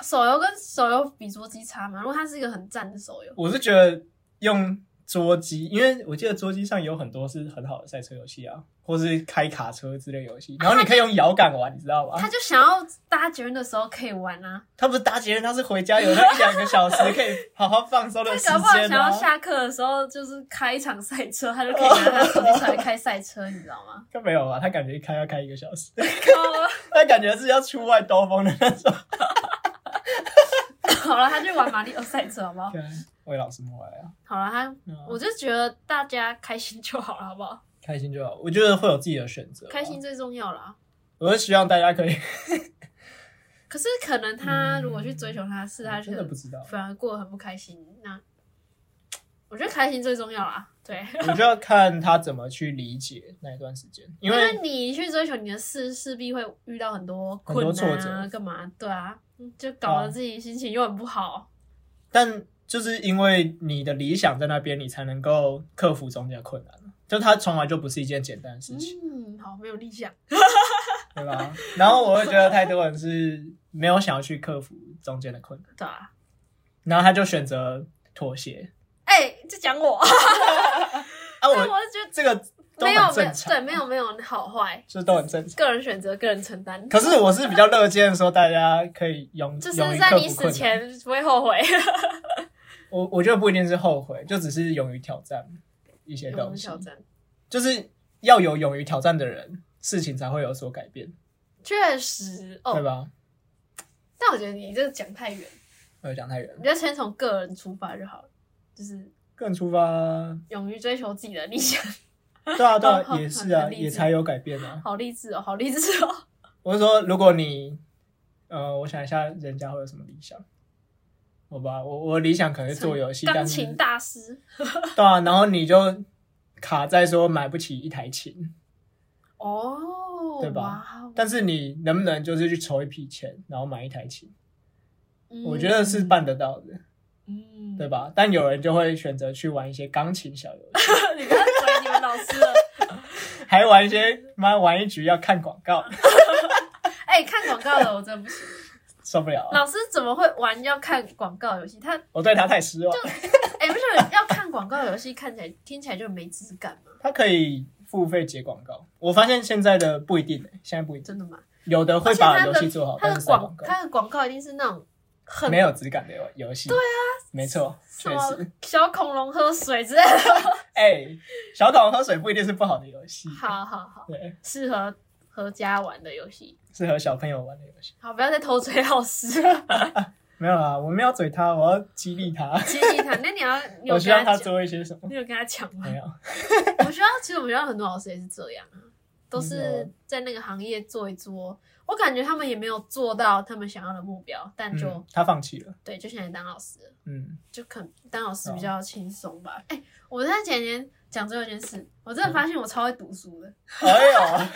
S2: 手游跟手游比桌机差嘛？如果它是一个很赞的手游，
S1: 我是觉得用桌机，因为我记得桌机上有很多是很好的赛车游戏啊，或是开卡车之类游 戏，然后你可以用摇杆玩，你知道吗？
S2: 他就想要搭捷运的时候可以玩啊，
S1: 他不是搭捷运，他是回家有那一两个小时可以好好放松
S2: 他
S1: 的时
S2: 搞不好想
S1: 间
S2: 要
S1: 啊。
S2: 下课的时候就是开一场赛车，他就可以拿他手机出来开赛车，你知道 吗？
S1: 他没有啊，他感觉一开要开一个小 时，
S2: 哦，
S1: 他感觉是要出外兜风的那 种。
S2: 好了，他就玩马里奥赛车好不好？
S1: 看为老师莫来啊，
S2: 好了，他
S1: 嗯
S2: 啊我就觉得大家开心就好了，好不好？
S1: 开心就好。我觉得会有自己的选择，啊
S2: 开心。最啊重要啦。
S1: 我是希望大家可以，
S2: 可是可能他如果去追求他的事，他觉
S1: 嗯 真的
S2: 得
S1: 不知道，
S2: 反而过得很不开心。那我觉得开心最重要啦，对。
S1: 我就要看他怎么去理解那一段时间，因
S2: 因
S1: 为
S2: 为你去追求你的事，势必会遇到很多
S1: 很多
S2: 困难
S1: 挫
S2: 啊，
S1: 折
S2: 干嘛？对啊，就搞
S1: 啊
S2: 得自己心情又很不好。
S1: 但就是因为你的理想在那边，你才能够克服中间的困难。就它从来就不是一件简单的事情，
S2: 嗯，好，没有理想。
S1: 对吧？然后我会觉得太多人是没有想要去克服中间的困难，
S2: 对啊，
S1: 然后他就选择妥协。
S2: 哎、就讲我，
S1: 啊，
S2: 但
S1: 哦我
S2: 我是觉得
S1: 这个都
S2: 没
S1: 很
S2: 有没有
S1: 正常，
S2: 对，没有没有好坏，
S1: 这都很正常。
S2: 个人选择，个人承担。
S1: 可是我是比较乐见说大家可以勇，
S2: 就是
S1: 勇于
S2: 在
S1: 克
S2: 你
S1: 服
S2: 死
S1: 困难。
S2: 前不会后悔，
S1: 我我觉得不一定是后悔，就只是勇于挑战一些
S2: 我
S1: 东
S2: 们
S1: 西
S2: 挑，战。
S1: 就是要有勇于挑战的人，事情才会有所改变，
S2: 确实
S1: 对
S2: 哦，
S1: 吧？
S2: 但我觉得你这个讲太远，
S1: 呃，讲太远
S2: 你，就先从个人出发就好了，就是
S1: 个人出发，
S2: 勇于追求自己的理想。
S1: 对啊，对
S2: 哦好
S1: 啊，也是啊，
S2: 很励志
S1: 也才有改变啊。
S2: 好励志哦，好励志哦。
S1: 我是说，如果你，呃，我想一下，人家会有什么理想？好吧，我我的理想可能是做游戏，
S2: 钢
S1: 但是
S2: 琴大师
S1: 对啊，然后你就卡在说买不起一台琴，
S2: 哦，
S1: 对吧
S2: 哇哦？
S1: 但是你能不能就是去筹一笔钱，然后买一台琴？
S2: 嗯
S1: 我觉得是，办得到的，
S2: 嗯，
S1: 对？吧？但有人就会选择去玩一些钢琴小游戏，
S2: 你不要怼你们老师了。
S1: 还玩一些妈玩一局要看广告，
S2: 哎，看广告的我真的不行，
S1: 受不了啊、
S2: 老师怎么会玩要看广告游戏？他
S1: 我对他太失望。
S2: 哎，不是要看广告游戏，看起来听起来就没质感吗？
S1: 它可以付费接广告。我发现现在的不一定、欸，现在不一定，
S2: 真的吗？
S1: 有的会把游戏做好，
S2: 他
S1: 但
S2: 的
S1: 是塞
S2: 广
S1: 广告
S2: 他的广告一定是那种很
S1: 没有质感的游游戏。对啊，没错，
S2: 什
S1: 确
S2: 么
S1: 实。
S2: 小恐龙喝水之类的。
S1: 哎、小桶喝水不一定是不好的游戏，
S2: 好好好，
S1: 对，
S2: 适合合家玩的游戏。
S1: 适合小朋友玩的游戏。
S2: 好，不要再偷追老师，
S1: 没有啦，我没有嘴他，我要激励他，
S2: 激励他。那你要
S1: 我
S2: 有跟
S1: 希望他
S2: 讲，
S1: 做一些什么。
S2: 你有跟他讲吗
S1: 没？有，
S2: 我们学校其实我们学校很多老师也是这样啊，都是
S1: 嗯
S2: 在那个行业做一做。我感觉他们也没有做到他们想要的目标，但就、
S1: 嗯，他放弃了。
S2: 对，就现在当老师了，
S1: 嗯，
S2: 就肯当老师比较轻松吧。哎、我在前年讲最后一件事，我真的发现我超会读书的，
S1: 哎呦，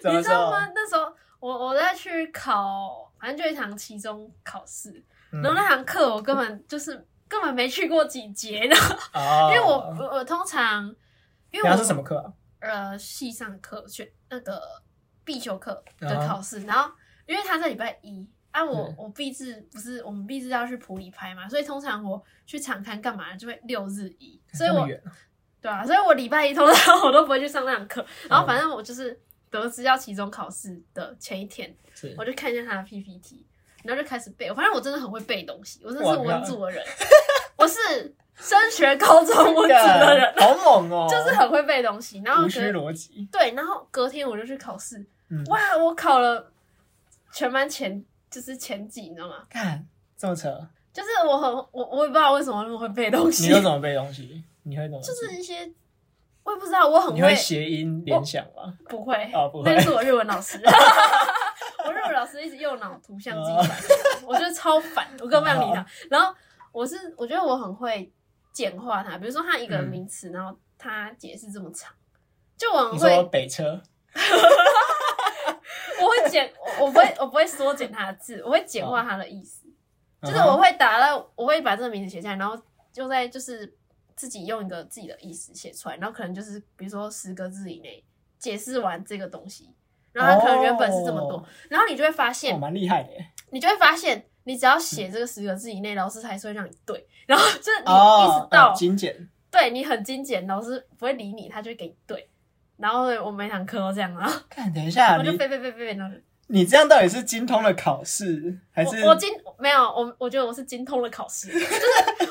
S1: 怎
S2: 你
S1: 么
S2: 知道
S1: 说？
S2: 吗？那时候我我在去考，反正就一堂期中考试，
S1: 嗯
S2: 然后那堂课我根本就是根本没去过几节，然后
S1: 哦
S2: 因为我我我通常因
S1: 等
S2: 为
S1: 一
S2: 我
S1: 下是什么课啊？
S2: 呃系上课选那个必修课
S1: 啊
S2: 的考试，然后因为他在礼拜一啊我，我
S1: 嗯
S2: 必制不是我们必制要去普里拍嘛，所以通常我去场刊干嘛就会六日一，所以
S1: 这么
S2: 我
S1: 远啊
S2: 对啊，所以我礼拜一通常我都不会去上那堂
S1: 哦
S2: 课， 然后反正我就是得知要期中考试的前一天，
S1: 是
S2: 我就看一下他的 PPT，然后就开始背，反正我真的很会背东西，我真的是
S1: 哇
S2: 文组的人，我是升学高中文组的人，
S1: 干好猛哦，
S2: 就是很会背东西，然后
S1: 无
S2: 可
S1: 需
S2: 是
S1: 逻辑。
S2: 对，然后隔天我就去考试，
S1: 嗯
S2: 哇，我考了全班前，就是前几，你知道吗？
S1: 看这么扯，
S2: 就是我很我我也不知道为什么那么会背东
S1: 你
S2: 西
S1: 又，怎么背东西？你会怎么？
S2: 就是一些我也不知道，我很
S1: 你会谐音联想吗？
S2: 不会？
S1: 哦不会
S2: 那是我日文老师， 我日文老师一直用脑图像计算，我觉得超烦，我根本不想理
S1: 啊
S2: 他。然后我是我觉得我很会简化它，比如说它一个
S1: 嗯
S2: 名词，然后它解释这么长，就我
S1: 你
S2: 很会，
S1: 说北车，
S2: 我会简，我我不会，我不会缩减它的字，我会简化它的意思。就是
S1: 嗯哼
S2: 我会打到，我会把这个名字写下来，然后就在就是自己用一个自己的意思写出来，然后可能就是比如说十个字以内解释完这个东西，然后它可能原本是这么多，
S1: 哦
S2: 然后你就会发现
S1: 哦，蛮厉害的耶。
S2: 你就会发现，你只要写这个十个字以内，老师还是会让你对。然后就是你意
S1: 哦
S2: 识，到，
S1: 嗯精简，
S2: 对你很精简，老师不会理你，他就会给你对。然后我每堂课都这样啊，
S1: 看，等一下，
S2: 我就
S1: 你
S2: 背背背背背，然后
S1: 你这样到底是精通了考试，还是
S2: 我我精没有我，我觉得我是精通了考试，就是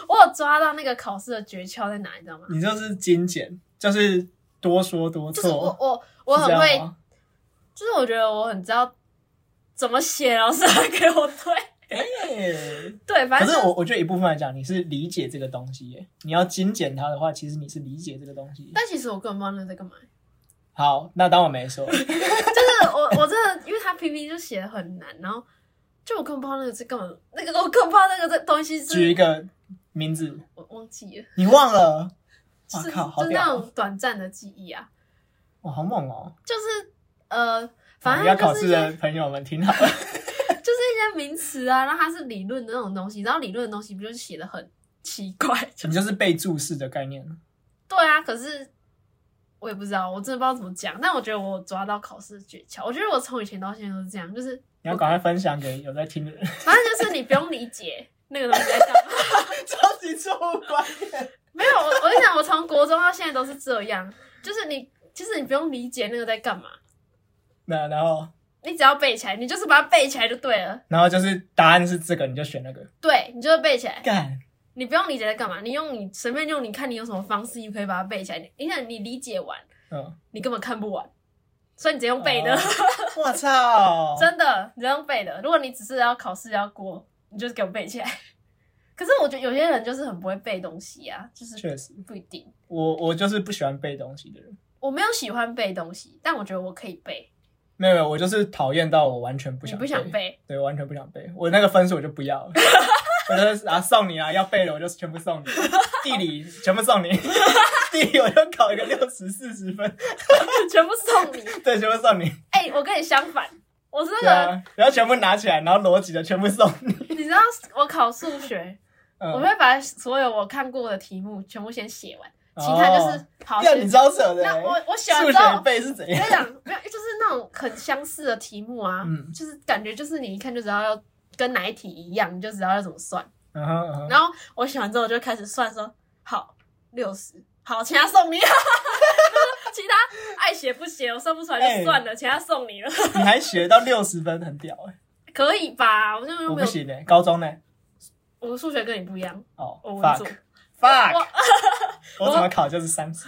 S2: 我有抓到那个考试的诀窍在哪，你知道吗？
S1: 你就是精简，就是多说多
S2: 就是我
S1: 错，
S2: 我我
S1: 是这
S2: 很
S1: 样
S2: 会，
S1: 吗
S2: 就是我觉得我很知道怎么写，老师会给我对
S1: 哎
S2: 对， 反
S1: 可
S2: 正
S1: 是
S2: 就是
S1: 我我觉得一部分来讲，你是理解这个东西耶。你要精简它的话，其实你是理解这个东西。
S2: 但其实我根本不知道那在干嘛，
S1: 好，那当我没说。
S2: 就是我我真的，因为他 PPT 就写的很难，然后就我根本不知道那个是干嘛，那个我根本不知道那个这东西
S1: 举一
S2: 是，
S1: 个名字，
S2: 我忘记了，
S1: 你忘了？
S2: 就
S1: 哇
S2: 是
S1: 靠，好
S2: 就是那
S1: 屌哦！
S2: 种短暂的记忆啊，
S1: 哇，好猛哦！
S2: 就是呃，反
S1: 啊
S2: 正
S1: 要
S2: 它
S1: 考
S2: 就是
S1: 试
S2: 一些
S1: 的朋友们听好了。
S2: 就是一些名词啊，然后它是理论的那种东西，然后理论的东西不就是写的很奇怪，就
S1: 你就是被注视的概念。
S2: 对啊，可是我也不知道，我真的不知道怎么讲。但我觉得我抓到考试的诀窍，我觉得我从以前到现在都是这样，就是
S1: 你要赶快分享给有在听的人，
S2: 反正就是你不用理解那个东西在干嘛。
S1: 超级错误观念。
S2: 没有，我我就想，我从国中到现在都是这样，就是你，就是你不用理解那个在干嘛，
S1: 那然后，
S2: 你只要背起来，你就是把它背起来就对了。
S1: 然后就是答案是这个，你就选那个。
S2: 对，你就是背起来，
S1: 干，
S2: 你不用理解在干嘛，你用你随便用，你看你有什么方式，你可以把它背起来。你你想你理解完，
S1: 嗯，
S2: 你根本看不完，所以你直接用背的。
S1: 哦我操，
S2: 真的，你这样背的。如果你只是要考试要过，你就是给我背起来。 可是我觉得有些人就是很不会背东西啊，就是
S1: 确实，
S2: 不一定。
S1: 我我就是不喜欢背东西的人。
S2: 我没有喜欢背东西，但我觉得我可以背。
S1: 没有，没有，我就是讨厌到我完全不
S2: 你
S1: 想，
S2: 不想，背？
S1: 对，完全不想背。我那个分数我就不要了， 我就是啊送你啊，要背的我就全部送你，地理全部送你，地理我就考一个六十四十分，
S2: 全部送 你。
S1: 对，全部送你，
S2: 哎、我跟你相反，我是那
S1: 对
S2: 个，
S1: 啊，然后全部拿起来，然后逻辑的全部送你，
S2: 你知道我考数学，我
S1: 嗯，
S2: 会把所有我看过的题目全部先写完，其他就是、好。
S1: 哦要哦你
S2: 写
S1: 招手的
S2: 那
S1: 欸，
S2: 我我写完
S1: 数
S2: 之后
S1: 学，背是怎
S2: 我
S1: 样？
S2: 跟你讲，没有，就是那种很相似的题目啊，
S1: 嗯
S2: 就是感觉就是你一看就知道要跟哪一题一样，你就知道要怎么算。
S1: 嗯哼嗯哼
S2: 然后我写完之后，我就开始算说，好六十，好，其他送 你，其他爱写不写，我算不出
S1: 哎
S2: 来就算了，其他送你了，
S1: 你还学到六十分，很屌哎！
S2: 可以吧？我就又
S1: 我
S2: 没
S1: 不
S2: 有，
S1: 行哎，高中呢？
S2: 我的数学跟你不一样，
S1: 哦
S2: 我文组
S1: ，fuck fuck，我怎么考就是三十？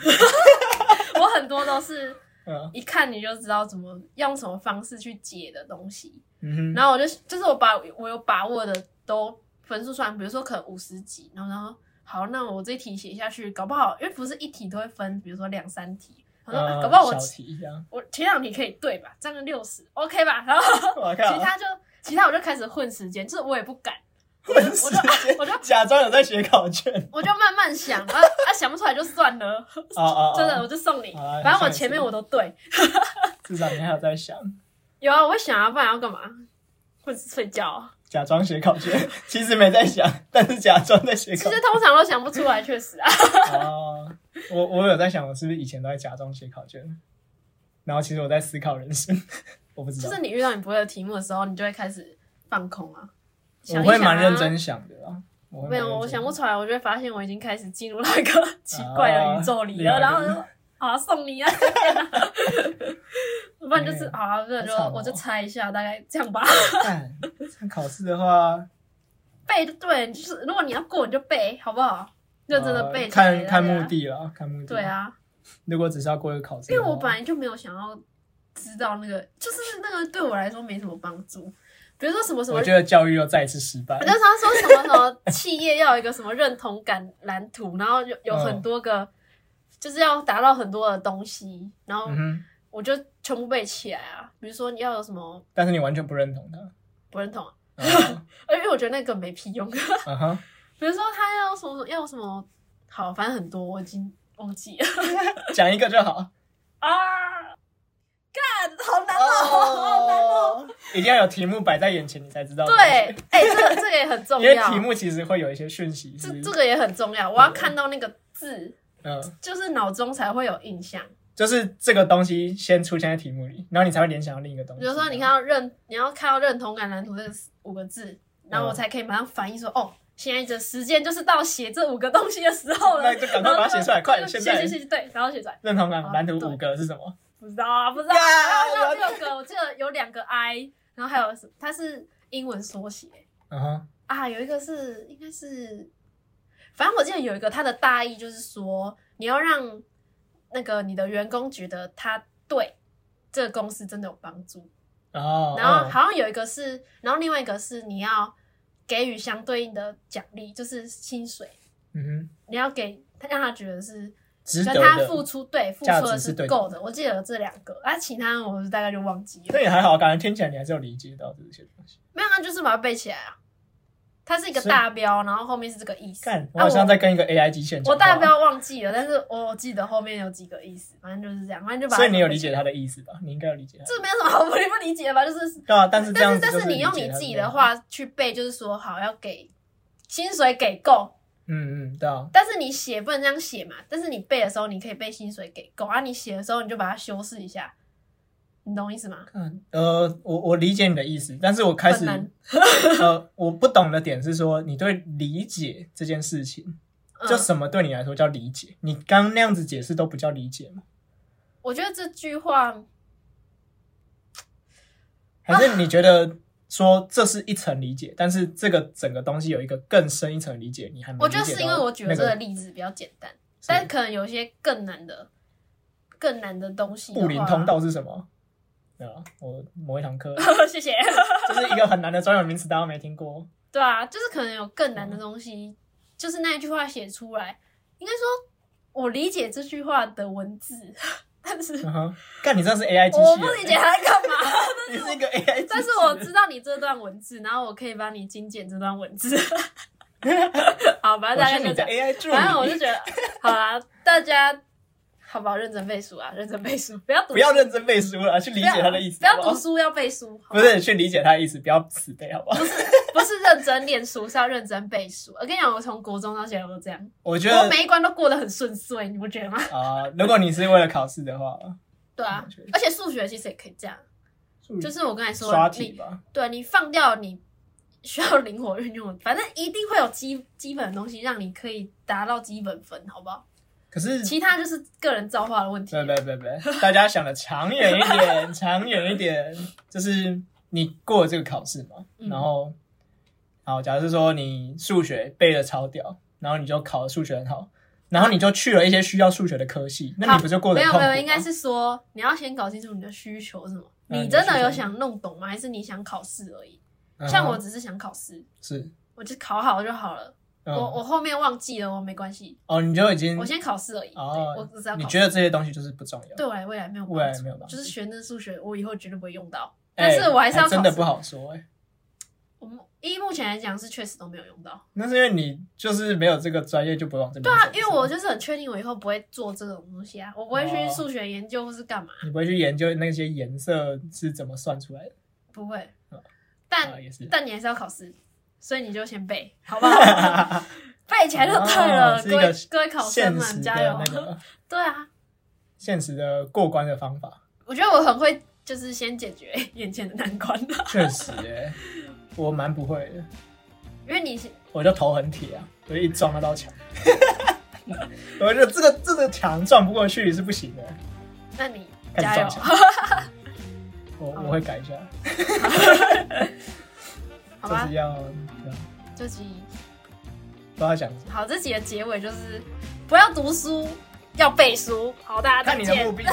S2: 我很多都是
S1: 嗯
S2: 一看你就知道怎么用什么方式去解的东西。
S1: 嗯哼，
S2: 然后我就就是我把我有把握的都分数算，比如说可能五十几，然后然后好，那我这题写下去，搞不好因为不是一题都会分，比如说两三题，他说、啊
S1: 嗯
S2: 搞不好我
S1: 小题这样，
S2: 我前两题可以对吧，这样六十 OK 吧，然后
S1: 我靠，
S2: 其他就其他我就开始混时间，就是我也不 敢，
S1: 混时间
S2: 我就
S1: 啊假装有在写考 卷，
S2: 我就慢慢想啊啊想不出来就算了，
S1: 哦哦，哦
S2: 真的我，就送你，
S1: 好啊
S2: 反正
S1: 下
S2: 我
S1: 一次
S2: 前面我都对，
S1: 至少你还有在想，
S2: 有啊，我会想啊，不然要干嘛？或者是睡觉啊、
S1: 假装写考卷， 其实没在想，但是假装在写
S2: 其
S1: 考
S2: 实通常都想不出来，确实啊。
S1: 卷。哦，我我有在想，我是不是以前都在假装写考卷，然后其实我在思考人生， 我不知
S2: 就
S1: 道
S2: 是，你遇到你不会的题目的时候，你就会开始放空啊。想
S1: 我
S2: 一想啊
S1: 会蛮认。真想的啊。我会蛮
S2: 没有，
S1: 认真
S2: 我想不出来，我就会发现我已经开始进入那个 奇怪的宇宙里了，
S1: 啊
S2: 然后就说啊送 你啊，随便啊不然就是
S1: 嗯
S2: 好啊，那就
S1: 好惨哦
S2: 我就猜一下，大概这样吧。
S1: 干考试的话，
S2: 背就对，就是如果你要过，你就背，好不好？认真的
S1: 呃
S2: 背起来、
S1: 看看目
S2: 的。
S1: 的
S2: 啊
S1: 哦了，看目的。
S2: 对，啊，
S1: 如果只是要过一个考试
S2: 因
S1: 的
S2: 为
S1: 话，
S2: 我本来就没有想要知道那个，就是那个对我来说没什么帮助。比如说什么什么
S1: 我觉得教育又再一次失败
S2: 我。就常说什么什 么企业要有一个什么认同感蓝图，然后有有很多个，就是要达到很多的东西，然后
S1: 嗯哼，
S2: 我就全部背起来啊。比如说你要有什么
S1: 但是你完全不认 同他。
S2: 不认同啊，
S1: 嗯
S2: 呃因为我觉得那个没屁用。 比
S1: 嗯哼，
S2: 如说他要什么要什么好，反正很多我已经忘记了。
S1: 讲一个就好。
S2: 啊，干，好难哦，好难哦。
S1: 一定要有题目摆在眼前，你才知道。
S2: 对，，哎、这个这个也很重
S1: 因为
S2: 要
S1: 题，目其实会有一些讯息
S2: 这
S1: 是，
S2: 这个也很重要，我要看到那个字，
S1: 嗯，
S2: 就是脑中才会有印象。
S1: 就是这个东西先出现在题目里，然后你才会联想到另一个东西。
S2: 比如说，你看到认，你要看到“认同感蓝图”这个五个字，然后我才可以马上反应说，哦，现在的时间就是到写这五个东西的时候了。
S1: 那就赶快把它写出 来
S2: 然后
S1: 快
S2: 就
S1: 现在
S2: 写写写，对，然后写出来。
S1: 认同感
S2: 好
S1: 蓝图
S2: 哦对
S1: 五个是什么？
S2: 不知道啊，不知道啊。
S1: 呀
S2: 然后六个，我记得有两个 I，然后还有什么它是英文缩写
S1: 嗯哼，
S2: 啊，有一个是应该是，反正我记得有一个它的大意就是说，你要让那个你的员工觉得他对这个公司真的有帮助。
S1: 然后
S2: 然后好像有一个是，然后另外一个是你要给予相对应的奖励，就是薪水，
S1: 嗯哼，
S2: 你要给他让他觉得是
S1: 值得
S2: 跟他
S1: 的
S2: 付出对付出
S1: 价值
S2: 的
S1: 是对的
S2: 够的。我记得有这两个，啊，其他我大概就忘记了。
S1: 那也还好，感觉听起来你还是有理解到这些东西。
S2: 没有，那就是把它背起来啊。它是一个
S1: 是
S2: 大标，然后后面是这个意思。
S1: 看，我
S2: 啊
S1: 好像在跟一个 AI 机器人讲
S2: 我我大
S1: 话，
S2: 标忘记了，但是我记得后面有几个意思，反正就是这样，反正就把它
S1: 所以你有
S2: 背
S1: 理
S2: 起来
S1: 解他的意思吧？你应该有理解他。
S2: 这没有什么好不理不理解吧，就是
S1: 对啊，但是这
S2: 但
S1: 样
S2: 是
S1: 子
S2: 但
S1: 就是
S2: 你用
S1: 理解
S2: 你
S1: 他
S2: 自己
S1: 内
S2: 的
S1: 容，
S2: 话去背，就是说好要给薪水给够，
S1: 嗯嗯，对啊，
S2: 但是你写不能这样写嘛。但是你背的时候，你可以背薪水给够啊，你写的时候你就把它修饰一下，你懂我意思吗？
S1: 看，呃，我我理解你的意思，但是我开始
S2: 很难，
S1: 呃，我不懂的点是说，你对理解这件事情，
S2: 嗯、
S1: 就什么对你来说叫理解？你刚那样子解释都不叫理解吗？
S2: 我觉得这句话
S1: 还
S2: 啊
S1: 是你觉得说这是一层理解，但是这个整个东西有一个更深一层理解，你还没
S2: 我
S1: 理
S2: 觉
S1: 解
S2: 得
S1: 到
S2: 是因为我举的
S1: 那
S2: 这
S1: 个
S2: 个例子比较简单，但可能有些更难的、更难的东西的话。
S1: 布林通道是什么？对啊，我某一堂课
S2: 谢谢。
S1: 就是一个很难的专有名词，大家没听过。
S2: 对啊，就是可能有更难的
S1: 嗯
S2: 东西，就是那一句话写出来，应该说我理解这句话的文字， 但是
S1: 嗯哼，看你这是 AI 机器人，
S2: 我不理解他在干 嘛。
S1: 你是一个 AI 机器人。
S2: 但是我知道你这段文字，然后我可以帮你精简这段文字。 好，反正
S1: 我
S2: 大家
S1: 是你
S2: 就这
S1: 的
S2: 样。
S1: AI 助理，
S2: 反正我就觉得，好啦，大家好吧，认真背书啊，认真背书，不要读，
S1: 不要认真背书了，去理
S2: 不
S1: 解
S2: 要
S1: 他的意思。
S2: 不要
S1: 好好
S2: 读书，要背书，好
S1: 不
S2: 吧
S1: 是去理解他的意思，不要死背，好不好？
S2: 不是认真念书，是要认真背书。我跟你讲，我从国中到现在我都这样。
S1: 我觉
S2: 我
S1: 得
S2: 每一关都过得很顺遂，你不觉得吗？
S1: 啊、如果你是为了考试的话，
S2: 对啊
S1: 我觉得，
S2: 而且数学其实也可以这样，就是我刚才说
S1: 嗯刷，题
S2: 你
S1: 吧。
S2: 对你放掉你需要灵活运用，反正一定会有基基本的东西让你可以达到基本分，好不好？
S1: 可是，
S2: 其他就是个人造化的问题。
S1: 别别别别，大家想的长远一点，长远一点，就是你过了这个考试嘛，
S2: 嗯
S1: 然后，好，假设说你数学背的超屌，然后你就考的数学很好，然后你就去了一些需要数学的科系，那
S2: 好
S1: 你不就过得
S2: 没
S1: 很
S2: 有
S1: 痛
S2: 没
S1: 苦吗
S2: 有，应该是说你要先搞清楚你的需求是什么。
S1: 嗯
S2: 你真
S1: 你的需
S2: 的
S1: 求
S2: 有想弄懂吗？还是你想考试而已？
S1: 嗯
S2: 像我只是想考试，
S1: 是，
S2: 我就考好就好了。
S1: 嗯、
S2: 我我后面忘记了，我没关系，
S1: 哦，你就已经
S2: 我先考试而已。
S1: 哦
S2: 对我只要考
S1: 你
S2: 试。
S1: 觉得这些东西就是不重要？
S2: 对我来未来没有帮助
S1: 未来没有帮助
S2: 就是学那数学，我以后绝对不会用到。但
S1: 哎，
S2: 是我还是要考试
S1: 真的不好说哎、
S2: 我们一目前来讲是确实都没有用到。
S1: 那是因为你就是没有这个专业，就不往这边
S2: 对啊
S1: 走，
S2: 因为我就是很确定我以后不会做这种东西啊，我不会去
S1: 哦
S2: 数学研究或是干嘛，
S1: 你不会去研究那些颜色是怎么算出来 的，
S2: 不会
S1: 哦。
S2: 但、
S1: 啊、也是。
S2: 但你还是要考试，所以你就先背，好不好？ 背起来就对了，
S1: 哦是一
S2: 各位
S1: 个
S2: 各位考生
S1: 现实
S2: 们
S1: 的
S2: 加油！
S1: 那个
S2: 对啊，
S1: 现实的过关的方法，
S2: 我觉得我很会，就是先解决 眼前的难关啊的，
S1: 确实哎、我蛮不会的，
S2: 因为你是
S1: 我就头很铁啊，我就一撞那道墙， 我就这个这个墙撞不过去是不行的，
S2: 那你
S1: 开
S2: 加
S1: 始
S2: 油
S1: 撞。墙。 我我会改一下，
S2: 好
S1: 就
S2: 吧
S1: 是，要对啊
S2: 这集
S1: 不知道讲什么。
S2: 好，这集的结尾就是不要读书，要背书。好，大家
S1: 看
S2: 再
S1: 你的
S2: 见
S1: 目。标。